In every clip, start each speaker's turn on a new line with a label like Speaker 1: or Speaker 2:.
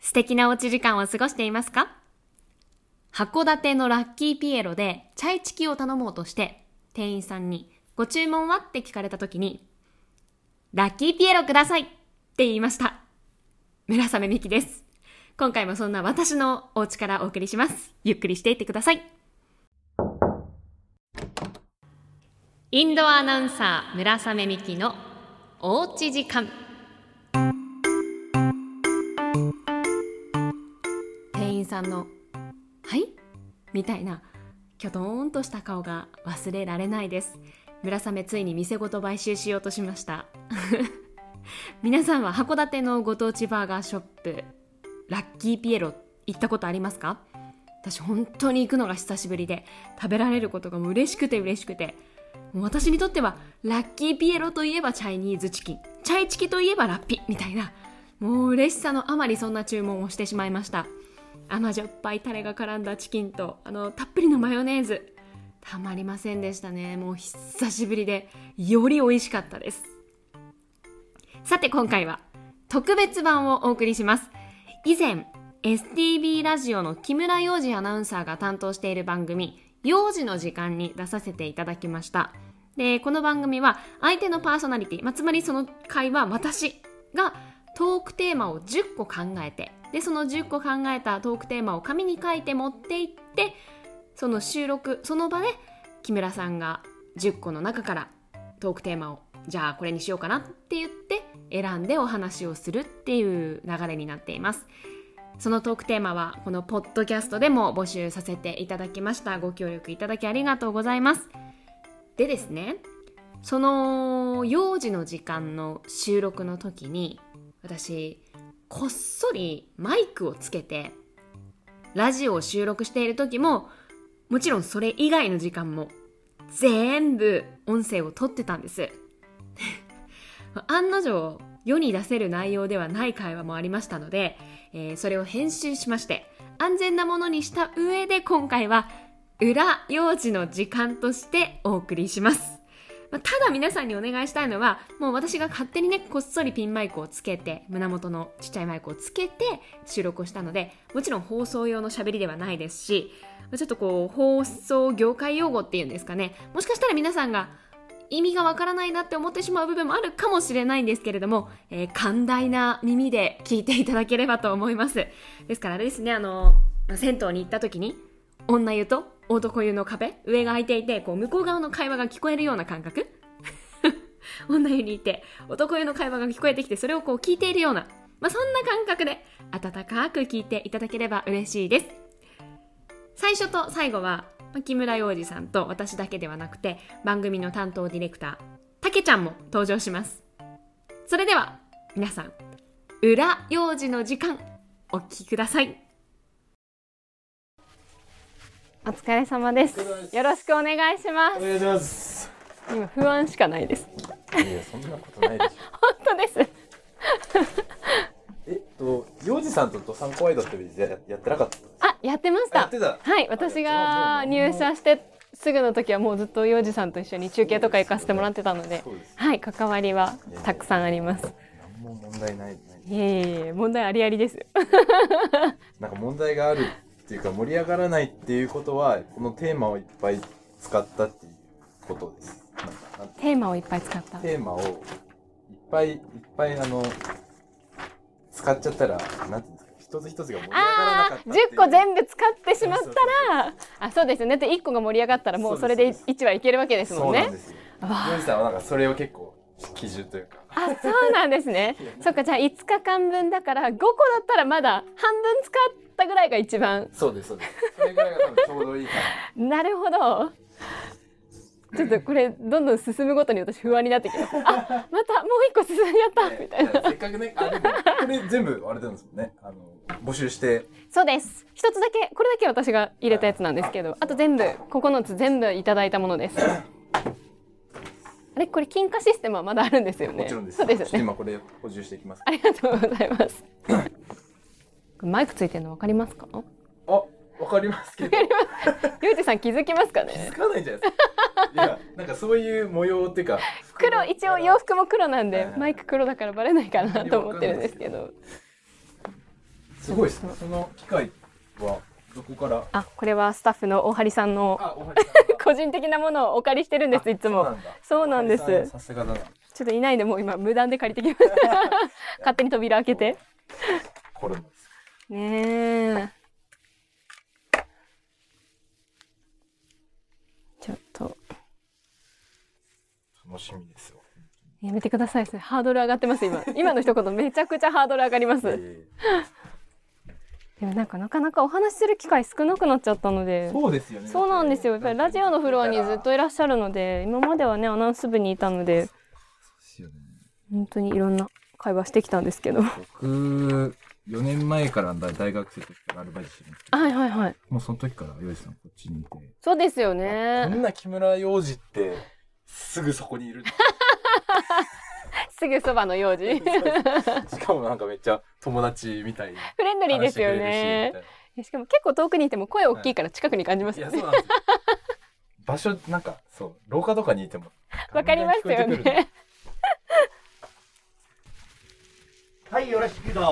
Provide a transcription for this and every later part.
Speaker 1: 素敵なおうち時間を過ごしていますか函館のラッキーピエロでチャイチキを頼もうとして、店員さんに、ご注文はって聞かれた時に、ラッキーピエロくださいって言いました。村雨美希です。今回もそんな私のお家からお送りします。ゆっくりしていってください。インドアナウンサー村雨美希のおうち時間。店員さんのはいみたいなきょとーんとした顔が忘れられないです村雨ついに店ごと買収しようとしました 皆さんは函館のご当地バーガーショップラッキーピエロ行ったことありますか私本当に行くのが久しぶりで食べられることがもう嬉しくて嬉しくてもう私にとってはラッキーピエロといえばチャイニーズチキンチャイチキといえばラッピみたいなもう嬉しさのあまりそんな注文をしてしまいました甘じょっぱいタレが絡んだチキンとあのたっぷりのマヨネーズたまりませんでしたねもう久しぶりでより美味しかったですさて今回は特別版をお送りします以前 STB ラジオの木村洋二アナウンサーが担当している番組「幼児の時間」に出させていただきましたでこの番組は相手のパーソナリティ、まあ、つまりその会話私がトークテーマを10個考えてでその10個考えたトークテーマを紙に書いて持っていってその収録その場で木村さんが10個の中からトークテーマをじゃあこれにしようかなって言って選んでお話をするっていう流れになっていますそのトークテーマはこのポッドキャストでも募集させていただきましたご協力いただきありがとうございますでですねその幼児の時間の収録の時に私こっそりマイクをつけてラジオを収録している時ももちろんそれ以外の時間も全部音声を取ってたんです 案の定世に出せる内容ではない会話もありましたので、えーそれを編集しまして安全なものにした上で今回は裏用事の時間としてお送りしますまあただ皆さんにお願いしたいのはもう私が勝手にねこっそりピンマイクをつけて胸元のちっちゃいマイクをつけて収録をしたのでもちろん放送用のしゃべりではないですしちょっとこう放送業界用語っていうんですかねもしかしたら皆さんが意味がわからないなって思ってしまう部分もあるかもしれないんですけれども、えー寛大な耳で聞いていただければと思いますですからあれですねあのまあ銭湯に行った時に女湯と男湯の壁上が開いていてこう向こう側の会話が聞こえるような感覚女湯にいて男湯の会話が聞こえてきてそれをこう聞いているような、まあ、そんな感覚で温かく聞いていただければ嬉しいです最初と最後はまあ木村洋二さんと私だけではなくて番組の担当ディレクターたけちゃんも登場しますそれでは皆さん裏洋二の時間お聞きくださいお疲れ様ですよろしくお願いします
Speaker 2: お願いします。
Speaker 1: 今不安しかないです
Speaker 2: いやそんなことないで
Speaker 1: 本
Speaker 2: しょ。
Speaker 1: 当です
Speaker 2: えっと、洋二さんとドサンコワイドってややってなかった。
Speaker 3: あ、やってまし
Speaker 2: あ
Speaker 3: た。
Speaker 2: やってた
Speaker 3: はい、私が入社してすぐの時はもうずっと洋二さんと一緒に中継とか行かせてもらってたので
Speaker 2: そうです、
Speaker 3: はい、関わりはたくさんあります。
Speaker 2: 何も問題ない。
Speaker 3: いえいえいえ、問題ありありですよ。
Speaker 2: なんか問題があるっていうか盛り上がらないっていうことはこのテーマをいっぱい使ったっていうことです。なんかなん
Speaker 3: テーマをいっぱい使った。
Speaker 2: テーマをいっぱいいっぱいあの使っちゃったらなんていうんですか一つ一つが盛り上がらなか
Speaker 3: あ
Speaker 2: ったっ
Speaker 3: あ
Speaker 2: て
Speaker 3: ー、
Speaker 2: いう。
Speaker 3: 10個全部使ってしまっ
Speaker 2: そう
Speaker 3: たら、あ、そうですよね。で、1個が盛り上がったらもうそれで
Speaker 2: そうです
Speaker 3: 1はいけるわけです
Speaker 2: そ
Speaker 3: もん
Speaker 2: うな
Speaker 3: ね
Speaker 2: んで。すよ。
Speaker 3: わあ
Speaker 2: 洋二さんはなんかそれを結構基準というか。
Speaker 3: あ、そうなんですね。そっか、じゃあ5日間分だから5個だったらまだ半分使ったぐらいが一番
Speaker 2: そうですそうです。それぐらいが多分ちょうどいいかな。
Speaker 3: なるほ ど。ちょっとこれどんどん進むごとに私不安になって きました。あ、またもう一個進んじ ゃったみたいな。
Speaker 2: せっかくね、あでもこれ全部あれなんですもんね。あの募集して
Speaker 3: そうです。一つだけこれだけ私が入れたやつなんですけど、あと全部9つ全部いただいたものです。あれこれ金貨システムはまだあるんですよね。
Speaker 2: もちろんです。
Speaker 3: そうです
Speaker 2: ちょっと
Speaker 3: よね。
Speaker 2: 今これ補充していきます。
Speaker 3: ありがとうございます。マイクついてるのわかりま すか？
Speaker 2: あ、わかりますけど
Speaker 3: ゆうじさん気づきますか
Speaker 2: 気づ
Speaker 3: ね？
Speaker 2: かないんじゃないですか。いや、なんかそういう模様っていうか。
Speaker 3: 黒一応洋服も黒な
Speaker 2: は
Speaker 3: ん
Speaker 2: い
Speaker 3: で
Speaker 2: はいはい
Speaker 3: マイク黒だからバレないかなと思ってるんですけど。
Speaker 2: すごいですね。その機械はどこから？
Speaker 1: あこれはスタッフの大張さんの
Speaker 2: あ、お はりさ
Speaker 1: 個人的なものをお借りしてるん
Speaker 2: ん
Speaker 1: ですいつも。そうなんで
Speaker 2: おはりさ
Speaker 1: す
Speaker 2: さすがだな。
Speaker 1: ちょっといないんでもう今無断で借りてきました 勝手に扉開けて
Speaker 2: コロナです。
Speaker 1: ねえちょっと
Speaker 2: 楽しみですよ。
Speaker 1: やめてくださいそれハードル上がってます 今今の一言めちゃくちゃハードル上がります
Speaker 2: え
Speaker 1: でもなんかなかなかお話しする機会少なくなっちゃったので
Speaker 2: ーそうですよね。
Speaker 1: そうなんですよやっぱりラジオのフロアにずっといらっしゃるので今まではねアナウンス部にいたので
Speaker 2: ですよね。
Speaker 1: 本当にいろんな会話してきたんですけどは
Speaker 2: 僕4年前からだ大学生の時からアルバイトしてるんですけど
Speaker 1: いはいはい
Speaker 2: もうその時から洋二さんこっちにいて、
Speaker 1: そうですよ
Speaker 2: こん
Speaker 1: ね
Speaker 2: な木村洋二ってすぐそこにい るんだ
Speaker 1: すぐそばの用事
Speaker 2: しかもなんかめっちゃ友達みたいに
Speaker 1: フレンドリーですよねしかも結構遠くにいても声大きいから近くに感じます
Speaker 2: い
Speaker 1: よ
Speaker 2: や
Speaker 1: ね
Speaker 2: そう。なんですよ場所なんかそう廊下とかにいても
Speaker 1: わかりますよ
Speaker 2: みんな聞こえてくるんで
Speaker 1: ね。
Speaker 4: はい、よろしくどう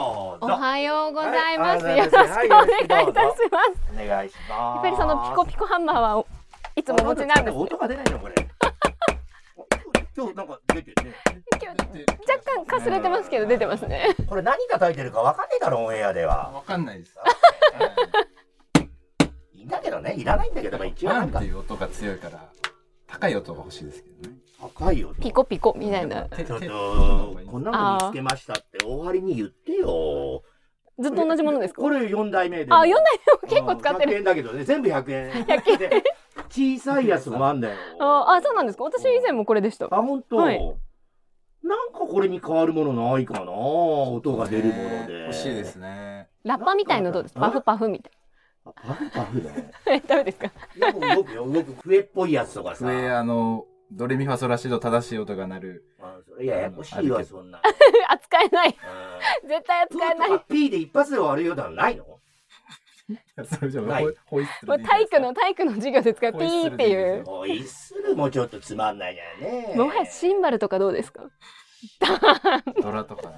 Speaker 1: お
Speaker 4: ぞ。
Speaker 1: はようございます。
Speaker 4: はい
Speaker 1: よろしくお
Speaker 4: はいよろしくど
Speaker 1: 願
Speaker 4: う
Speaker 1: いい
Speaker 4: ぞ
Speaker 1: たします。
Speaker 4: お願いします。
Speaker 1: やっぱりそのピコピコハンマーはいつもお持ちなんです。
Speaker 4: 音が出ないのこれ。今日なんか出てるね。
Speaker 1: 今日若干かすれてますけど出てますね。
Speaker 4: これ何叩いてるかわかんねえだろオンエアでは。
Speaker 2: わかんないです
Speaker 4: いいんだけどね、いらないんだけど、まあ一応
Speaker 2: な
Speaker 4: なんん
Speaker 2: て
Speaker 4: か
Speaker 2: いう音が強いから高い音が欲しいですけどね
Speaker 4: 高いよ。
Speaker 1: ピコピコみたいな。
Speaker 2: 手
Speaker 4: ちょっ
Speaker 2: 手
Speaker 4: とこんなの見つけましたって終わりに言ってよ。
Speaker 1: ずっと同じものですか。
Speaker 4: これ四代目で。
Speaker 1: あ、四代目も結構使って
Speaker 4: 100
Speaker 1: る。
Speaker 4: 円だけどね、全部百円。で小さいやつもあんだよ。
Speaker 1: あ、あそうなんですか。私以前もこれでした。
Speaker 4: あ、本当。
Speaker 1: はい
Speaker 4: なんかこれに変わるものないかな音が出るもので。
Speaker 2: 欲しいですね
Speaker 1: ラッパみたいのどうですか。パフパフみたい
Speaker 4: あ。パフパフだね。
Speaker 1: な。えダメですか。
Speaker 4: よく動くよ、動く。笛っぽいやつとかさ。
Speaker 2: 笛あのドレミファソラシド正しい音が鳴る
Speaker 4: あそれややこしい
Speaker 2: あ
Speaker 4: わ、
Speaker 2: るけ
Speaker 4: そんな。
Speaker 1: 扱えない。
Speaker 4: うん
Speaker 1: 絶対
Speaker 4: プ
Speaker 1: 扱え
Speaker 4: ー
Speaker 1: ない
Speaker 4: と。かピーで一発で終わるようなのないの
Speaker 2: それじゃ
Speaker 4: ない
Speaker 2: ホイホイッス
Speaker 1: も
Speaker 2: ル
Speaker 1: う
Speaker 2: でいい
Speaker 1: 体
Speaker 2: ですか
Speaker 1: 育の体育の授業で使うピーっていう。
Speaker 4: おいするもちょっとつまんないじゃんね。
Speaker 1: もはやシンバルとかどうですか。
Speaker 2: ドラとかね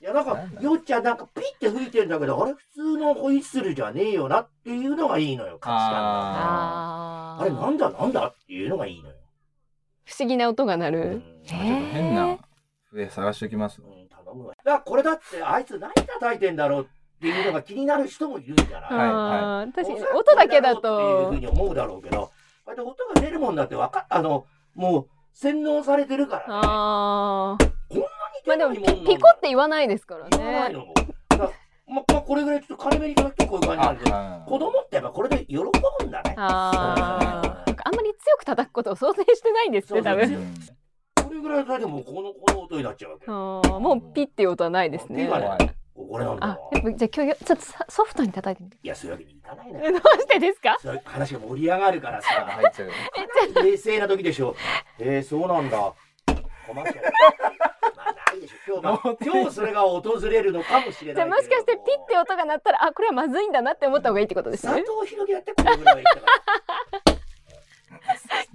Speaker 4: いや、なんか、よっちゃんなんかピーって吹いてんだけど、あれ普通のホイッスルじゃねえよなっていうのがいいのよ、価値観が。
Speaker 1: あ
Speaker 4: あれなんだなんだっていうのがいいのよ。
Speaker 1: 不思議な音が鳴
Speaker 4: う
Speaker 1: る。
Speaker 4: ん
Speaker 2: ちょっと変な笛探しておきます
Speaker 4: うん、頼むわ。だからこれだって、あいつ何叩いてんだろうっていうのが気になる人もいるんじ
Speaker 2: は
Speaker 4: ゃない、
Speaker 2: い
Speaker 1: あー確かに
Speaker 4: おそらく
Speaker 1: 音だけだ
Speaker 4: これだろうってい
Speaker 1: と
Speaker 4: うふうに思うだろうけど、あれで音が出るもんだってわかあの、もう洗脳されてるから、ね。
Speaker 1: ああま
Speaker 4: 何
Speaker 1: あでもピ
Speaker 4: 出るもんなんだ
Speaker 1: ピコって言わないですから
Speaker 4: 言わない
Speaker 1: ね
Speaker 4: のも。だからま、まあ、これぐらいちょっと軽めにいただくとこういう感じなんだけど、
Speaker 2: あ
Speaker 4: 子供ってやっぱこれで喜ぶんだね。
Speaker 1: あーなんかあんまり強く叩くことを想定してないんですね多
Speaker 4: そう
Speaker 1: 分
Speaker 2: ん
Speaker 4: これぐらいだけでもうこの、この音になっちゃうわけ。
Speaker 1: あーもうピっていう音はないですね
Speaker 4: 手が
Speaker 2: は
Speaker 4: ね
Speaker 2: い、
Speaker 4: これなんだ
Speaker 1: あ
Speaker 4: わ。
Speaker 1: やっぱじゃあ今日ちょっとさソフトに叩いてみて
Speaker 4: いや、そういうわけにいかない
Speaker 1: え
Speaker 4: ね。
Speaker 1: どうしてですか
Speaker 4: そういう話が盛り上がるからさ。
Speaker 2: 入っちゃう
Speaker 4: 冷静な時でしょ。えー、そうなんだ。困っちゃう。まあ、ないでし ょ。今日、まあ、今日それが訪れるのかもしれ
Speaker 1: じ
Speaker 4: な
Speaker 1: ゃあ
Speaker 4: いけれど
Speaker 1: もしかしてピって音が鳴ったらあこれはまずいんだなって思った方がいいってことです
Speaker 4: 佐
Speaker 1: ね
Speaker 4: 藤弘樹だってこれぐらいはいったか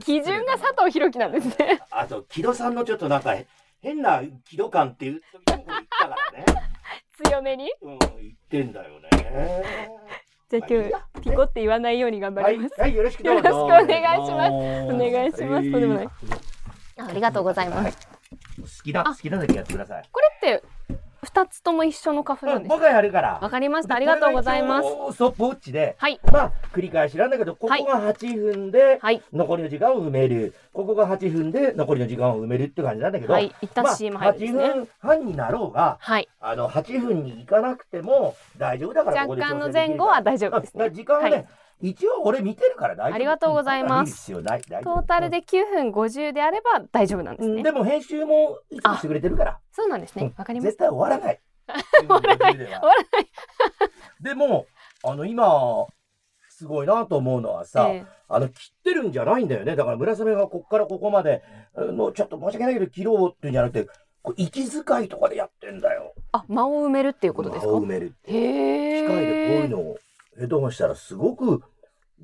Speaker 1: 基準が佐藤弘樹なんですね
Speaker 4: ら。あと、木戸さんのちょっとなんか、変な木戸感っていう時にも言ったからね。
Speaker 1: 強めに
Speaker 4: うん、言ってんだよね。
Speaker 1: じゃあ今日ピコって言わないように頑張
Speaker 4: は
Speaker 1: り
Speaker 4: い
Speaker 1: ます、、
Speaker 4: はい、よろしくどうぞ
Speaker 1: よろしくお願いします
Speaker 4: お
Speaker 1: お願いしますとんでもないあありがとうございます
Speaker 4: 好きだ、好きなだけやってください。
Speaker 1: これって二つとも一緒の花粉なん
Speaker 4: うん
Speaker 1: ですか
Speaker 4: 僕がやるから。
Speaker 1: わかりましたありがとうございます
Speaker 4: これが一応。ストップウォッチで。
Speaker 1: はい
Speaker 4: まあ、繰り返しなんだけど、ここが8分で、
Speaker 1: はい
Speaker 4: 残りの時間を埋める。ここが8分で、残りの時間を埋めるって感じなんだけど、
Speaker 1: はい一旦 CM 入るんですね
Speaker 4: まあ、8分半になろうが、
Speaker 1: はい
Speaker 4: あの、8分に行かなくても大丈夫だから、ここ
Speaker 1: 若干
Speaker 4: で調整
Speaker 1: の
Speaker 4: できる
Speaker 1: 前後は大丈
Speaker 4: から
Speaker 1: 夫ですね
Speaker 4: うん時間はね、
Speaker 1: はい
Speaker 4: 一応俺見てるから大丈夫。
Speaker 1: ありがとうございます
Speaker 4: 見る必要ない。大丈
Speaker 1: ト
Speaker 4: 夫
Speaker 1: ータルで9分50であれば大丈夫なんです
Speaker 4: うん
Speaker 1: ね
Speaker 4: でも編集もいつもしてくれてるから。
Speaker 1: そうなんです
Speaker 4: う
Speaker 1: ね
Speaker 4: ん
Speaker 1: わかりまし
Speaker 4: 絶
Speaker 1: た
Speaker 4: 対終わら ない。終わらない。終わらない。 でも、あの、今、すごいなと思うのはさ、
Speaker 1: ええ
Speaker 4: あの、切ってるんじゃないんだよね。だから、村雨がこっからここまで、あのちょっと申し訳ないけど、切ろうっていうんじゃなくて、こう息遣いとかでやってんだよ。
Speaker 1: あ間を埋めるっていうことですか
Speaker 4: 間を埋める。
Speaker 1: へ
Speaker 4: 機械でこういう
Speaker 1: え
Speaker 4: のをヘッドホンしたら、すごく、わ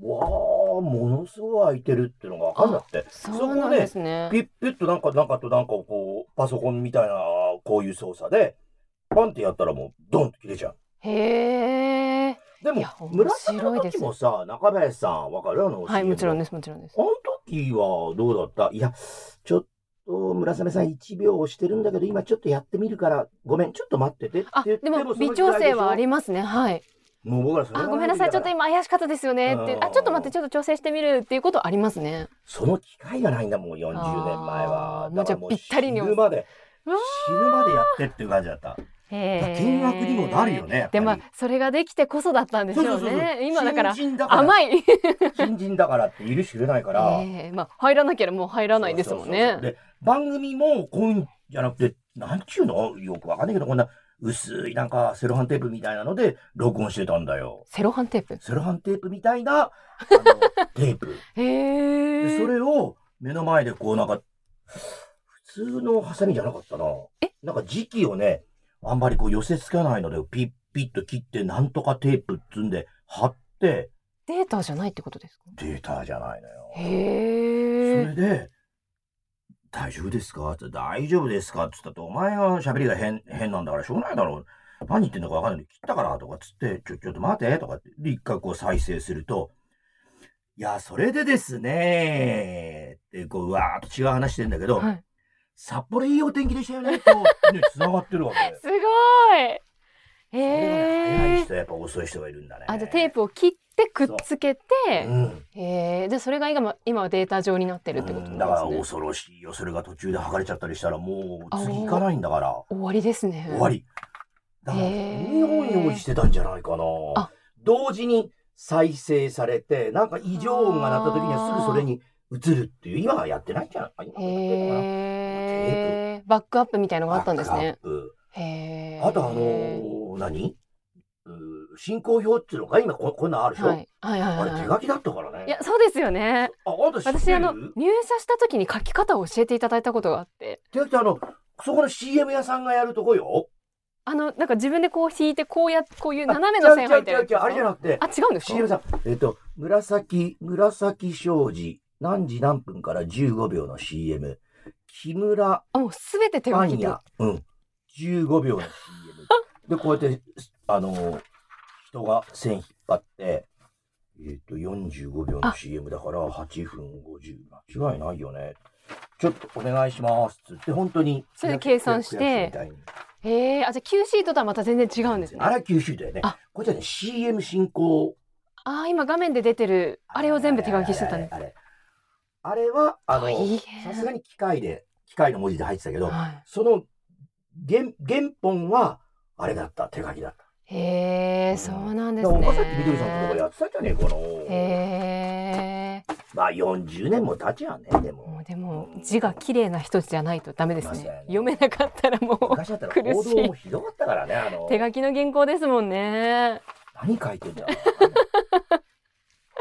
Speaker 4: ー、ものすごい空いてるっていうのがわかんなくて。
Speaker 1: そうなんですね
Speaker 4: ピッピッとなんか、なんかとなんかをこう、パソコンみたいな、こういう操作で、パンってやったらもう、ドンって切れちゃう。
Speaker 3: へえ。
Speaker 4: で
Speaker 3: い
Speaker 4: も
Speaker 3: や面
Speaker 4: 村田
Speaker 3: 白い
Speaker 4: の
Speaker 3: です
Speaker 4: 時もさ中林さんわかるあの
Speaker 3: はい、もちろん
Speaker 4: ね
Speaker 3: です、もちろんです。
Speaker 4: あの時はどうだったいやちょっと村雨さん1秒押してるんだけど今ちょっとやってみるからごめんちょっと待っててって
Speaker 3: あ、
Speaker 4: 言って
Speaker 3: でも
Speaker 4: その
Speaker 3: 微
Speaker 4: 時代
Speaker 3: 調整
Speaker 4: でしょ
Speaker 3: はありますね。はい。
Speaker 4: もう僕らそれ
Speaker 3: あ、
Speaker 4: が
Speaker 3: ごめんなさい、ちょっと
Speaker 4: ないんだから
Speaker 3: 今怪しかったですよねっていう。
Speaker 4: うん
Speaker 3: あ、ちょっと待って、ちょっと調整してみるっていうことありますね。
Speaker 4: その機会がないんだもん40年前
Speaker 3: あ
Speaker 4: は
Speaker 3: ーもうじゃあ
Speaker 4: だから
Speaker 3: ぴったりに
Speaker 4: 死ぬまで
Speaker 3: うわー
Speaker 4: 死ぬまでやってっていう感じだっただから
Speaker 3: へえ。
Speaker 4: 見学にもなるよねやっぱ
Speaker 3: で
Speaker 4: り
Speaker 3: まあそれができてこそだったんでし
Speaker 4: そう
Speaker 3: ょ
Speaker 4: そう
Speaker 3: う
Speaker 4: そうそう
Speaker 3: ね。今だから
Speaker 4: 新人だから
Speaker 3: 甘い。
Speaker 4: 新人だからって許してくれないから
Speaker 3: ええまあ入らなければもう入らないですも
Speaker 4: そ
Speaker 3: ん
Speaker 4: うそうそう
Speaker 3: ね。
Speaker 4: で番組もこういうんじゃなくてなんちゅうのよくわかんないけどこんな薄いなんかセロハンテープみたいなので録音してたんだよ。
Speaker 3: セロハンテープ。
Speaker 4: セロハンテープみたいなあ のテープ。
Speaker 3: へ
Speaker 4: で
Speaker 3: え。
Speaker 4: それを目の前でこうなんか普通のハサミじゃなかったな。なんか時期をねあんまりこう寄せつかないのでピッピッと切ってなんとかテープっつんで貼って
Speaker 3: データじゃないってことですか。
Speaker 4: データじゃないのよ。そ
Speaker 3: へえ
Speaker 4: れ。で、大丈夫ですかって大丈夫ですかって言ったと、お前が喋りが変、変なんだからしょうがないだろう。何言ってんだかわかんない。切ったからとかっつって、ちょ、ちょっと待てとかって、で、一回こう再生すると、いや、それでですねって、こう、うわーっと違う話してんだけど、
Speaker 3: はい。
Speaker 4: 札幌いいお天気でしたよねと、ね、繋がってるわけ。
Speaker 3: すごい。
Speaker 4: それがね早
Speaker 3: へ
Speaker 4: い
Speaker 3: え。
Speaker 4: 人、やっぱ遅い人がいるんだね。
Speaker 3: あじゃあテープを切ってくっつけて。
Speaker 4: うん。
Speaker 3: へえ。でそれが今今はデータ上になってるってことなん
Speaker 4: だから
Speaker 3: ですね。
Speaker 4: 恐ろしいよ。それが途中で剥がれちゃったりしたら、もう次行かないんだから。
Speaker 3: 終わりですね。
Speaker 4: 終わり。だから、
Speaker 3: へー
Speaker 4: 2本用意してたんじゃないかな
Speaker 3: あ。
Speaker 4: 同時に再生されて、なんか異常音が鳴った時にはすぐそれに移るっていう、今はやってないんじゃない今やってるのかな
Speaker 3: へえ。バックアップみたいのがあったんですね。
Speaker 4: バック
Speaker 3: へ
Speaker 4: ア
Speaker 3: え。
Speaker 4: ップあとあのー、何うー進行表っていうのか今ここんなんあるでしょ、
Speaker 3: はい、はいはい
Speaker 4: あれ
Speaker 3: はい
Speaker 4: 手
Speaker 3: は
Speaker 4: 書きだったからね。
Speaker 3: い。いやそうですよね。
Speaker 4: あ、あと知って
Speaker 3: 私あの
Speaker 4: る
Speaker 3: 入社した時に書き方を教えていただいたことがあって、
Speaker 4: 手書きってあの、そこの CM 屋さんがやるとこよ。
Speaker 3: あのなんか自分でこう引いてこうやこういう
Speaker 4: あ
Speaker 3: 斜めの線入ってる
Speaker 4: 違う違う違う違うあれじゃなくて、
Speaker 3: あ違うんですか。
Speaker 4: CM さん、えっ、と、紫、紫障子、何時何分から15秒の CM、木村
Speaker 3: あもうすべて手
Speaker 4: フ
Speaker 3: 書
Speaker 4: ァ
Speaker 3: き
Speaker 4: ン
Speaker 3: で。
Speaker 4: や、うん、15秒の CM。で、こうやって、あのー人が線引っ張って、えっ、と、45秒の
Speaker 3: あ
Speaker 4: CM だから、8分50。間違いないよね。ちょっとお願いします。つって、本当に。
Speaker 3: それで計算し
Speaker 4: や
Speaker 3: て
Speaker 4: つやつみたいに
Speaker 3: へえあじゃあ Q シートとはまた全然違うんですね。
Speaker 4: あれは九州だよね
Speaker 3: あ。
Speaker 4: こっちはね、CM 進行
Speaker 3: あー今画面で出てるあれを全部手書きしてたんです。
Speaker 4: あれあれは、あの
Speaker 3: 大変、
Speaker 4: さすがに機械で、機械の文字で入ってたけど、
Speaker 3: は
Speaker 4: その原原本は、あれだった、手書きだった。
Speaker 3: い。へ
Speaker 4: う
Speaker 3: え
Speaker 4: ん
Speaker 3: そうなん
Speaker 4: だ
Speaker 3: で
Speaker 4: か
Speaker 3: す
Speaker 4: ら
Speaker 3: ね。
Speaker 4: 岡崎みどりさんのとこやってたじゃねえかな。
Speaker 3: へえ
Speaker 4: まあ40年も経ちやね、でも。
Speaker 3: もうでも字が綺麗な人じゃないとダメです
Speaker 4: ま
Speaker 3: ね
Speaker 4: さやね。
Speaker 3: 読めなかったらもう
Speaker 4: 昔だったら
Speaker 3: 苦しい
Speaker 4: 報道もひどかったからね、あの、
Speaker 3: 手書きの原稿ですもんね。
Speaker 4: 何書いてんだ。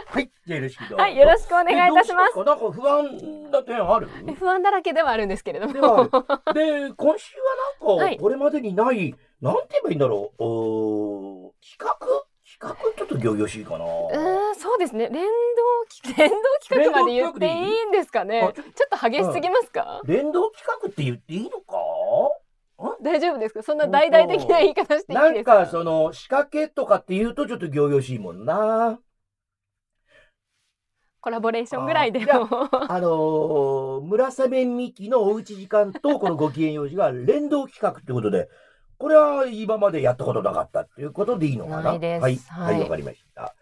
Speaker 4: はい、じゃあよろしくどうぞ
Speaker 3: はい、よろしくお願いいたしま
Speaker 4: えどうたかなんか不安な点ある
Speaker 3: す。不安だらけではあるんですけれど
Speaker 4: では
Speaker 3: も。
Speaker 4: ある。で、今週はな
Speaker 3: は
Speaker 4: ん
Speaker 3: い
Speaker 4: か、これまでにない、なんて言えばいいんだろう。おー企画企画ちょっと行々しいかな。
Speaker 3: うーん、そうですね。連動企 連動企画まで言っていいんですかね。ちょっと激しすぎますか。
Speaker 4: 連動企画って言っていいのか
Speaker 3: 大丈夫ですか。そんな大々的な言い方してい
Speaker 4: ない
Speaker 3: で
Speaker 4: ん
Speaker 3: すか。
Speaker 4: か、その、仕掛けとかって言うとちょっと行々しいもんな。
Speaker 3: コラボレーションぐらいで
Speaker 4: あじゃ
Speaker 3: も。
Speaker 4: あのー、村雨美希のおうち時間と、このご機嫌用事が連動企画ってことで、これは今までやったことなかったっていうことでいいのかな。
Speaker 3: ないです
Speaker 4: はい、は
Speaker 3: はい
Speaker 4: い、わ、かりました。あ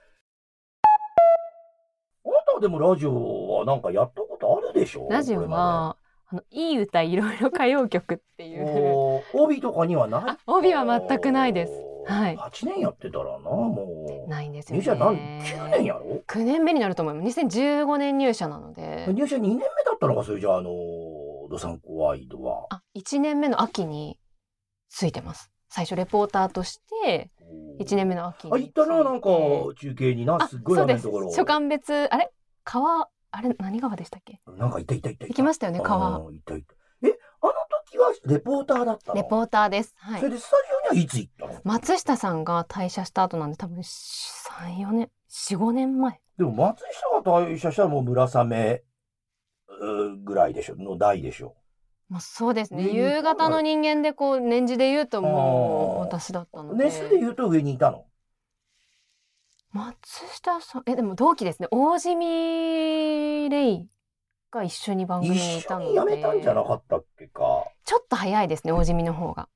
Speaker 4: なたでもラジオはなんかやったことあるでしょ
Speaker 3: ラジオはあのいい歌いろいろ歌謡曲って
Speaker 4: こ
Speaker 3: い
Speaker 4: れまで
Speaker 3: う。
Speaker 4: おー帯とかにはない
Speaker 3: あ帯は全くないですはい
Speaker 4: 8年やってたらな、もう。
Speaker 3: ないんですよ
Speaker 4: 入社何、
Speaker 3: ね。
Speaker 4: 9年やろ
Speaker 3: 9年目になると思います。2015年入社なので、
Speaker 4: 入社2年目だったのか、それじゃあ、あのー、ドサンコワイドは。
Speaker 3: あ、1年目の秋についてます。最初レポーターとして、1年目の秋に。
Speaker 4: あ、行ったな、なんか、中継にな、
Speaker 3: あ、
Speaker 4: すっごい
Speaker 3: そう
Speaker 4: 雨
Speaker 3: で
Speaker 4: の
Speaker 3: す。
Speaker 4: ところ。
Speaker 3: 初間別、あれ川、あれ何川でしたっけ
Speaker 4: なんか、いたいたいたいた。
Speaker 3: 行きましたよね、
Speaker 4: あ
Speaker 3: 川。
Speaker 4: ー。いたいた。え、あの時はレポーターだったの
Speaker 3: レポーターです。は
Speaker 4: それ
Speaker 3: い。
Speaker 4: で、スタジオにはいつ行ったの
Speaker 3: 松下さんが退社した後なんで、多分3、4年、4、5年前。
Speaker 4: でも、松下が退社したらもう村雨、うーぐらいでしょ、の代でしょ。
Speaker 3: まあ、そうですね
Speaker 4: 上に
Speaker 3: 夕方の人間でこう年次で言うともう
Speaker 4: あー
Speaker 3: 私だったので
Speaker 4: 年数で言うと上にいたの
Speaker 3: 松下さんえでも同期ですね大島レイが一緒に番
Speaker 4: 一
Speaker 3: 組にい
Speaker 4: 緒
Speaker 3: たの
Speaker 4: に
Speaker 3: で
Speaker 4: 辞めたんじゃなかったっけか。
Speaker 3: ちょっと早いですね大島の方が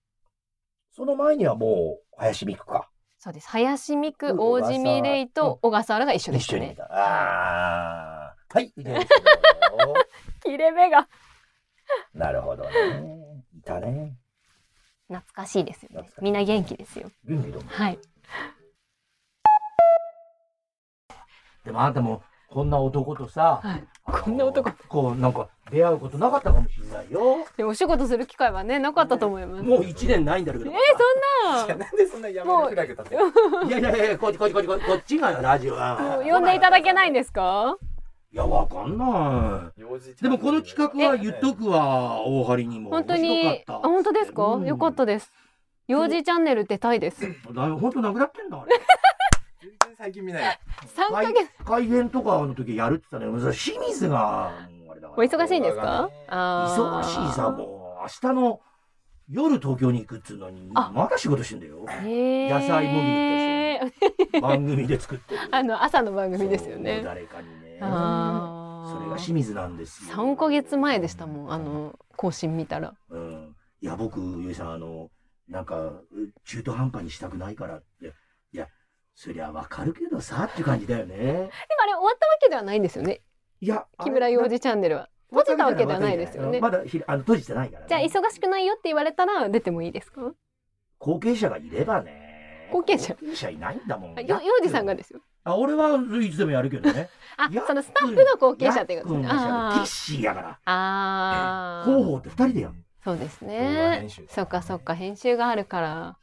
Speaker 4: その前にはもう、林美久か。
Speaker 3: そうです林美久
Speaker 4: うん
Speaker 3: 大島レイと小笠原が一緒で
Speaker 4: 一
Speaker 3: した
Speaker 4: 緒にい
Speaker 3: ね
Speaker 4: た。あー。はい、いけますよ
Speaker 3: 切れ目が
Speaker 4: なるほどね。いたね。
Speaker 3: 懐かしいですよね
Speaker 4: 懐かしい
Speaker 3: みんな元気ですよ
Speaker 4: 元気だもん
Speaker 3: はい
Speaker 4: でもあんたも、こんな男とさ、
Speaker 3: はい
Speaker 4: あの
Speaker 3: こんな男。
Speaker 4: こう、なんか、出会うことなかったかもしれない よ。
Speaker 3: でお仕事する機会はねなかったと思います、
Speaker 4: もう一年ないんだけど。
Speaker 3: えー、そん な
Speaker 2: なんでそんなやめるフラグ立てる
Speaker 4: いやいやいや、こっちこっちこっちこっちこっちがラジオは。
Speaker 3: 呼んでいただけないん
Speaker 4: で。
Speaker 3: ですか
Speaker 4: いや、わかんない。
Speaker 2: 用事
Speaker 4: でもこの企画は言っとくわ、大張りにも。
Speaker 3: 本当
Speaker 4: 面
Speaker 3: に
Speaker 4: 白か
Speaker 3: あ
Speaker 4: った
Speaker 3: 本当ですか、
Speaker 4: うん
Speaker 3: よかったです幼児チャンネル出たいです3
Speaker 4: だいぶ本当なくなってんだあ れ。
Speaker 2: 全然最近見ない
Speaker 3: ヶ月
Speaker 4: 開演とかの時やるって言ったのに、清水が、もうあれだか
Speaker 3: お
Speaker 4: ら
Speaker 3: 忙しいんですか
Speaker 2: 動画がね
Speaker 3: あ
Speaker 4: 忙し
Speaker 3: ー
Speaker 4: いさ、もう、明日の夜東京に行くっつうのに、
Speaker 3: あ
Speaker 4: まだ仕事してんだよ。
Speaker 3: へー
Speaker 4: 野菜も見に行った 番組で作ってる。
Speaker 3: あの朝の番組ですよ
Speaker 4: そう
Speaker 3: ね
Speaker 4: 誰かにね。
Speaker 3: あー
Speaker 4: それが清水なんですよ。
Speaker 3: 3ヶ月前でしたもんあの更新見たら
Speaker 4: うん。いや、僕、ゆいさん、あの、なんか、う中途半端にしたくないからって。いや、そりゃわかるけどさ、っていう感じだよ ね。
Speaker 3: でもあれ終わったわけではないんですよね
Speaker 4: いや、あれ
Speaker 3: 木村幼児チャンネルは閉じたわけではないですよね
Speaker 4: まだひあの閉じてないから、ね。
Speaker 3: じゃあ忙しくないよって言われたら出てもいいですかよ
Speaker 4: 後継者がいればね。
Speaker 3: 後継者
Speaker 4: 後継者いないんだもん。
Speaker 3: 幼児さんが。ですよ
Speaker 4: あ、俺はいつでもやるけどね。
Speaker 3: あ
Speaker 4: やっ
Speaker 3: そのスタッフの後継者ってこ
Speaker 4: や
Speaker 3: と
Speaker 4: う
Speaker 3: で
Speaker 4: ん
Speaker 3: すね
Speaker 4: ティ
Speaker 3: あ
Speaker 4: ッシーやから。
Speaker 3: ああ
Speaker 4: 広報って二人でやる。
Speaker 3: そうです
Speaker 2: 動画
Speaker 3: ね
Speaker 2: 編集
Speaker 3: そっかそっか編集があるから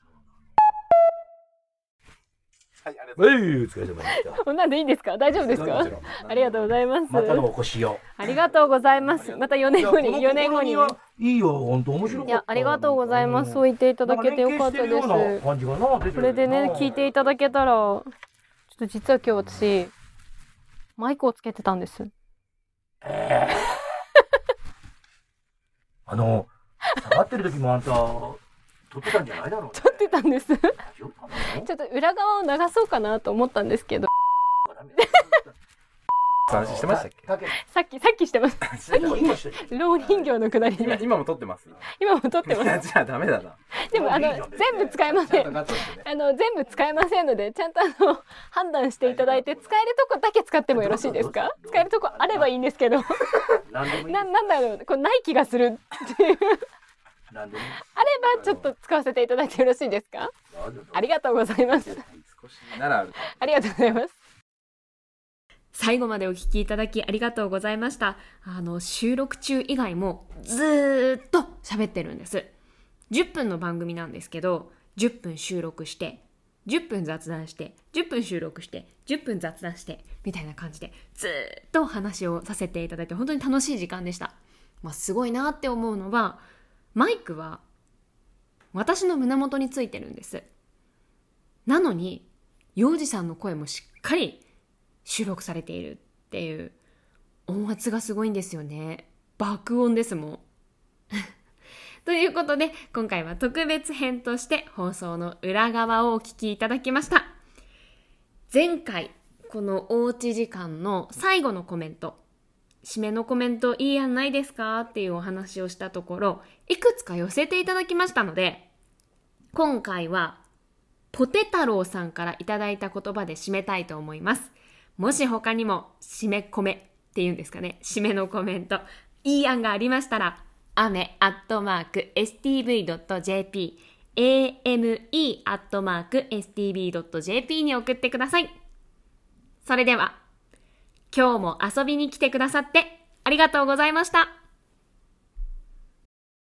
Speaker 2: はいありがとうご
Speaker 4: はい、お疲れ様でした。
Speaker 3: こんなんでいいんですか大丈夫です
Speaker 4: も
Speaker 3: か
Speaker 4: ちろん
Speaker 3: ありがとうございます
Speaker 4: またのお越しを。
Speaker 3: ありがとうございますまた4年後に4年後に
Speaker 4: い
Speaker 3: い
Speaker 4: やこの試みはいいよ、本当面白かった。
Speaker 3: やありがとうございますそう
Speaker 4: い
Speaker 3: 言っていただけてよかったです
Speaker 4: 感じがな。
Speaker 3: これでね聞いていただけたらちょっと実は今日私マイクをつけてたんです
Speaker 4: あの、下がってる時もあんた、撮ってたんじゃないだろう、ね。
Speaker 3: 撮ってたんです
Speaker 4: 大
Speaker 3: ち
Speaker 4: 丈夫かな
Speaker 3: ょっと裏側を流そうかなと思ったんですけど
Speaker 2: ざいます話してましたっ
Speaker 4: たけ
Speaker 3: さっきさっきしてます
Speaker 4: 今、今してる。
Speaker 3: 老人形のくだり
Speaker 2: け今
Speaker 3: で
Speaker 2: 今も撮ってます
Speaker 3: 今も撮ってま
Speaker 2: いや
Speaker 3: す
Speaker 2: じゃあダメ だな
Speaker 3: でもあの全部使えませ
Speaker 2: ちゃんと
Speaker 3: ん
Speaker 2: カットしてね
Speaker 3: あの全部使えませんのでちゃんとあの 判断していただいて使えるとこだけ使ってもよろしいですか使えるとこあればいいんですけど
Speaker 4: 何でもいい。
Speaker 3: ななんだろうこれない気がするっていう
Speaker 4: 何でもいい。
Speaker 3: あればちょっと使わせていただいてよろしいですかありがとうございます
Speaker 2: 少しならある
Speaker 3: ありがとうございます
Speaker 1: 最後までお聞きいただきありがとうございました。あの、収録中以外もずーっと喋ってるんです。10分の番組なんですけど、10分収録して、10分雑談して、10分収録して、10分雑談して、みたいな感じで、ずーっとお話をさせていただいて、本当に楽しい時間でした。まあ、すごいなって思うのは、マイクは私の胸元についてるんです。なのに、幼児さんの声もしっかり収録されているっていう音圧がすごいんですよね爆音ですもん ということで今回は特別編として放送の裏側をお聞きいただきました前回このおうち時間の最後のコメント締めのコメントいい案ないですかっていうお話をしたところいくつか寄せていただきましたので今回はポテ太郎さんからいただいた言葉で締めたいと思います。もし他にも、締め込めって言うんですかね。締めのコメント。いい案がありましたら、a m e アットマーク stv.jp、ame アットマーク stv.jp に送ってください。それでは、今日も遊びに来てくださってありがとうございました。